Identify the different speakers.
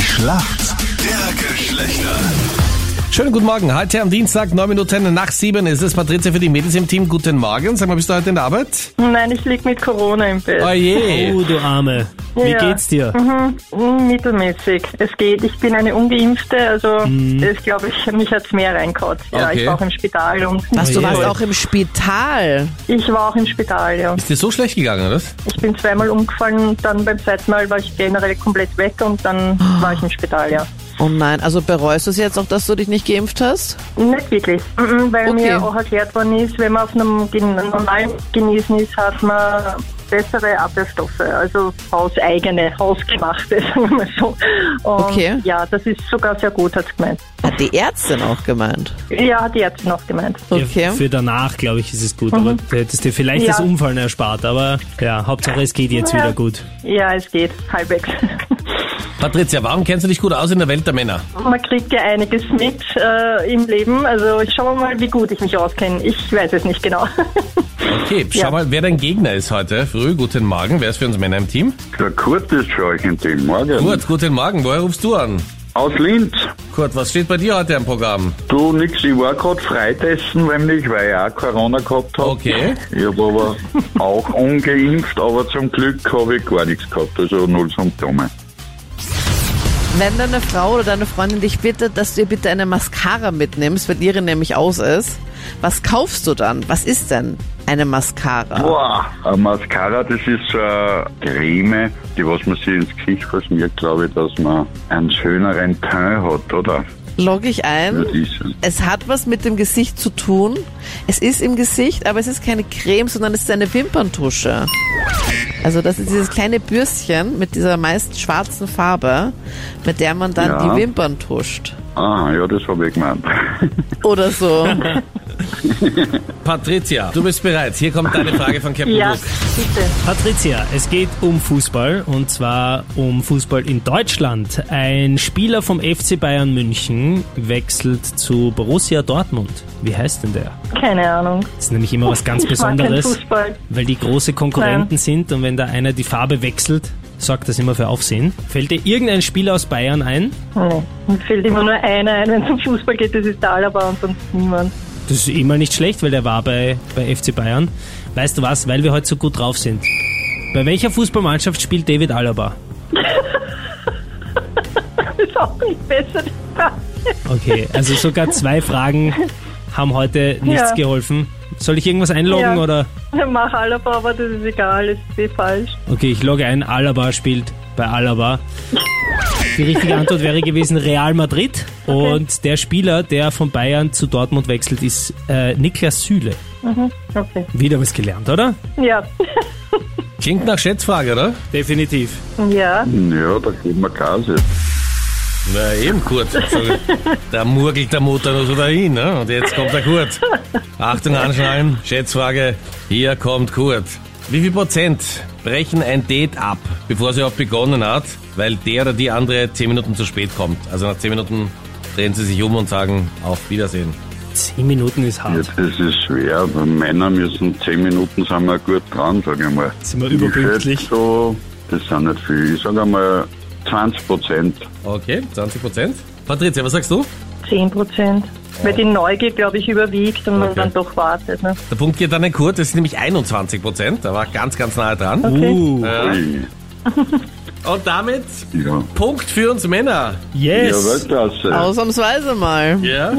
Speaker 1: Schlacht der Geschlechter.
Speaker 2: Schönen guten Morgen. Heute am Dienstag, neun Minuten nach sieben ist es Patrizia für die Mädels im Team. Guten Morgen. Sag mal, bist du heute in der Arbeit?
Speaker 3: Nein, ich lieg mit Corona im Bett.
Speaker 2: Oje.
Speaker 4: Oh, du Arme. Wie
Speaker 3: Ja.
Speaker 4: geht's dir?
Speaker 3: Mhm, mittelmäßig. Es geht. Ich bin eine Ungeimpfte, also
Speaker 5: Mhm.
Speaker 3: ich glaube, ich, mich hat's mehr reinkaut. Ja,
Speaker 2: Okay.
Speaker 3: ich war auch im Spital und
Speaker 5: Was, du
Speaker 4: Oje.
Speaker 5: warst auch im Spital.
Speaker 3: ich war auch im Spital, ja.
Speaker 2: Ist dir so schlecht gegangen, oder? was?
Speaker 3: Ich bin zweimal umgefallen, dann beim zweiten Mal war ich generell komplett weg und dann war ich im Spital, ja.
Speaker 5: Oh nein, also bereust du es jetzt auch, dass du dich nicht geimpft hast?
Speaker 3: Nicht wirklich, mhm, weil
Speaker 5: Okay.
Speaker 3: mir auch erklärt worden ist, wenn man auf einem gen- normalen Genießen ist, hat man bessere Abwehrstoffe, also hauseigene, hausgemachte, sagen wir mal so. Und
Speaker 5: Okay.
Speaker 3: Ja, das ist sogar sehr gut, hat's gemeint.
Speaker 5: Hat die Ärztin auch gemeint.
Speaker 3: Ja, hat die Ärztin auch gemeint.
Speaker 5: Okay.
Speaker 4: Ja, für danach, glaube ich, ist es gut. Aber du hättest dir vielleicht
Speaker 3: Mhm. Ja.
Speaker 4: das Umfallen erspart. Aber ja, Hauptsache es geht jetzt
Speaker 3: Ja.
Speaker 4: wieder gut.
Speaker 3: Ja, es geht, halbwegs.
Speaker 2: Patrizia, warum kennst du dich gut aus in der Welt der Männer?
Speaker 3: Man kriegt ja einiges mit äh, im Leben, also schauen wir mal, wie gut ich mich auskenne. Ich weiß es nicht genau.
Speaker 2: Okay, schau
Speaker 3: Ja.
Speaker 2: mal, wer dein Gegner ist heute früh. Guten Morgen. Wer ist für uns Männer im Team?
Speaker 6: Der Kurt ist für euch in dem Morgen.
Speaker 2: Kurt, guten Morgen. Woher rufst du an?
Speaker 6: Aus Linz.
Speaker 2: Kurt, was steht bei dir heute am Programm?
Speaker 6: Du, nix, ich war gerade freitesten, nämlich, weil ich auch Corona gehabt habe.
Speaker 2: Okay.
Speaker 6: Ich habe aber auch ungeimpft, aber zum Glück habe ich gar nichts gehabt, also null Symptome.
Speaker 5: Wenn deine Frau oder deine Freundin dich bittet, dass du ihr bitte eine Mascara mitnimmst, wenn ihre nämlich aus ist, was kaufst du dann? Was ist denn eine
Speaker 2: Ah.
Speaker 5: Mascara?
Speaker 6: Boah, eine Mascara, das ist so eine Creme, die was man sich ins Gesicht verschmiert, glaube ich, dass man einen schöneren Teint hat, oder?
Speaker 5: Log ich ein.
Speaker 6: Das ist es.
Speaker 5: Es hat was mit dem Gesicht zu tun. Es ist im Gesicht, aber es ist keine Creme, sondern es ist eine Wimperntusche. Also das ist dieses kleine Bürstchen mit dieser meist schwarzen Farbe, mit der man dann
Speaker 6: Ja.
Speaker 5: die Wimpern tuscht.
Speaker 6: Ah, ja, das habe ich gemeint.
Speaker 5: Oder so.
Speaker 2: Patrizia, du bist bereit. Hier kommt deine Frage von Captain
Speaker 3: ja,
Speaker 2: Luke.
Speaker 3: bitte.
Speaker 4: Patricia, es geht um Fußball und zwar um Fußball in Deutschland. Ein Spieler vom FC Bayern München wechselt zu Borussia Dortmund. Wie heißt denn der?
Speaker 3: Keine Ahnung.
Speaker 4: Das ist nämlich immer was ganz
Speaker 3: Ich mag keinen
Speaker 4: Besonderes,
Speaker 3: Fußball.
Speaker 4: weil die große Konkurrenten sind und wenn da einer die Farbe wechselt, sorgt das immer für Aufsehen. Fällt dir irgendein Spieler aus Bayern ein?
Speaker 3: Nee. Mir fehlt immer nur einer ein, wenn es um Fußball geht, das ist der Alaba und sonst niemand.
Speaker 4: Das ist immer nicht schlecht, weil der war bei, bei FC Bayern. Weißt du was? Weil wir heute so gut drauf sind. Bei welcher Fußballmannschaft spielt David Alaba?
Speaker 3: Das ist auch nicht besser.
Speaker 4: Okay, also sogar zwei Fragen haben heute nichts
Speaker 3: Ja.
Speaker 4: geholfen. Soll ich irgendwas
Speaker 3: Ja.
Speaker 4: einloggen oder?
Speaker 3: Mach Alaba, aber das ist egal, das ist eh falsch.
Speaker 4: Okay, ich logge ein. Alaba spielt bei Alaba. Die richtige Antwort wäre gewesen Real Madrid. Und der Spieler, der von Bayern zu Dortmund wechselt, ist äh, Niklas Süle.
Speaker 3: Okay.
Speaker 4: Wieder was gelernt, oder?
Speaker 3: Ja.
Speaker 2: Klingt nach Schätzfrage, oder?
Speaker 4: Definitiv.
Speaker 3: Ja.
Speaker 6: ja, da geben wir Gas jetzt.
Speaker 2: Na eben, Kurt. Sorry. Da murgelt der Motor nur so dahin. Ne? Und jetzt kommt der Kurt. Achtung, anschnallen. Schätzfrage. Hier kommt Kurt. Wie viel Prozent brechen ein Date ab, bevor sie auch begonnen hat, weil der oder die andere zehn Minuten zu spät kommt? Also nach zehn Minuten drehen sie sich um und sagen auf Wiedersehen.
Speaker 4: Zehn Minuten ist hart.
Speaker 6: Jetzt ist es schwer. Bei Männer müssen 10 Minuten sind wir gut dran, sage ich mal.
Speaker 4: Sind wir überpünktlich?
Speaker 6: Ich schätze So, das sind nicht viel. Ich sage mal 20 Prozent.
Speaker 2: Okay, 20 Prozent. Patricia, was sagst du?
Speaker 3: 10 Prozent. Weil die Neugier, glaube ich, überwiegt und man
Speaker 2: Okay.
Speaker 3: dann doch wartet. Ne?
Speaker 2: Der Punkt geht an den Kurt, das sind nämlich 21 Prozent. Da war ganz, ganz nahe dran.
Speaker 4: Uh,
Speaker 2: Ja.
Speaker 6: Ui,
Speaker 2: Und damit
Speaker 6: Ja.
Speaker 2: Punkt für uns Männer.
Speaker 6: Ja,
Speaker 4: yes.
Speaker 6: Weltklasse.
Speaker 5: Ausnahmsweise mal.
Speaker 2: Ja.